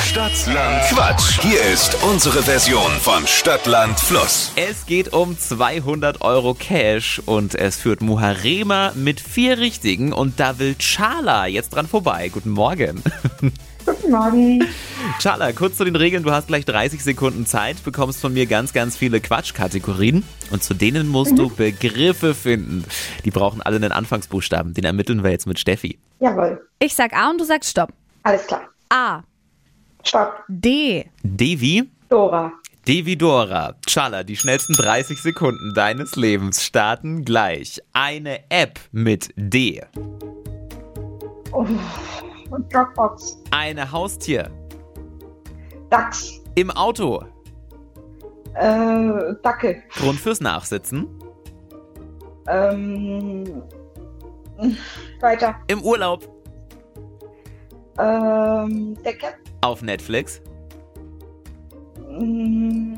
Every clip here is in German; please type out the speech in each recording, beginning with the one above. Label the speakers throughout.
Speaker 1: Stadtland Quatsch. Hier ist unsere Version von Stadtland Fluss.
Speaker 2: Es geht um 200 Euro Cash und es führt Muharema mit vier Richtigen und da will Chala jetzt dran vorbei. Guten Morgen.
Speaker 3: Guten Morgen.
Speaker 2: Chala, kurz zu den Regeln. Du hast gleich 30 Sekunden Zeit, bekommst von mir ganz, ganz viele Quatschkategorien und zu denen musst du Begriffe finden. Die brauchen alle einen Anfangsbuchstaben. Den ermitteln wir jetzt mit Steffi.
Speaker 3: Jawohl.
Speaker 4: Ich sag A und du sagst Stopp.
Speaker 3: Alles klar.
Speaker 4: A.
Speaker 3: Stopp.
Speaker 4: D.
Speaker 2: Devi,
Speaker 3: Dora.
Speaker 2: Devidora, Chala, die schnellsten 30 Sekunden deines Lebens starten gleich. Eine App mit D.
Speaker 3: Oh, Und Dropbox.
Speaker 2: Eine Haustier.
Speaker 3: Dachs.
Speaker 2: Im Auto.
Speaker 3: Äh, Dackel.
Speaker 2: Grund fürs Nachsitzen.
Speaker 3: Ähm. Weiter.
Speaker 2: Im Urlaub.
Speaker 3: Ähm. Decke.
Speaker 2: Auf Netflix.
Speaker 3: Mm,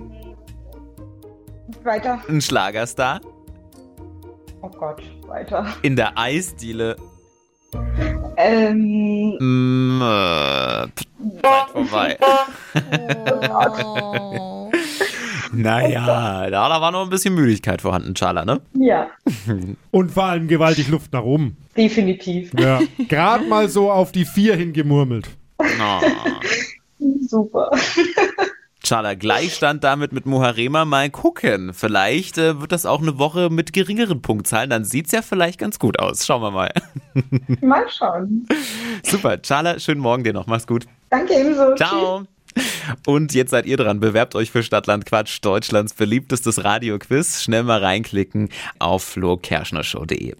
Speaker 3: Weiter.
Speaker 2: Ein Schlagerstar.
Speaker 3: Oh Gott. Weiter.
Speaker 2: In der Eisdiele.
Speaker 3: Ähm.
Speaker 2: Mm, äh, weit vorbei.
Speaker 4: Oh.
Speaker 2: Naja, da, da war noch ein bisschen Müdigkeit vorhanden, Chala, ne?
Speaker 3: Ja.
Speaker 5: Und vor allem gewaltig Luft nach oben.
Speaker 3: Definitiv.
Speaker 5: Ja. Gerade mal so auf die vier hingemurmelt.
Speaker 2: Oh.
Speaker 3: Super.
Speaker 2: Chala, Gleichstand damit mit Muharema mal gucken. Vielleicht äh, wird das auch eine Woche mit geringeren Punktzahlen, dann sieht's ja vielleicht ganz gut aus. Schauen wir mal.
Speaker 3: Mal schauen.
Speaker 2: Super, Chala, schönen Morgen dir noch. Mach's gut.
Speaker 3: Danke ebenso.
Speaker 2: Ciao. Und jetzt seid ihr dran. Bewerbt euch für Stadtland Quatsch, Deutschlands beliebtestes Radioquiz. Schnell mal reinklicken auf flokerschnershow.de.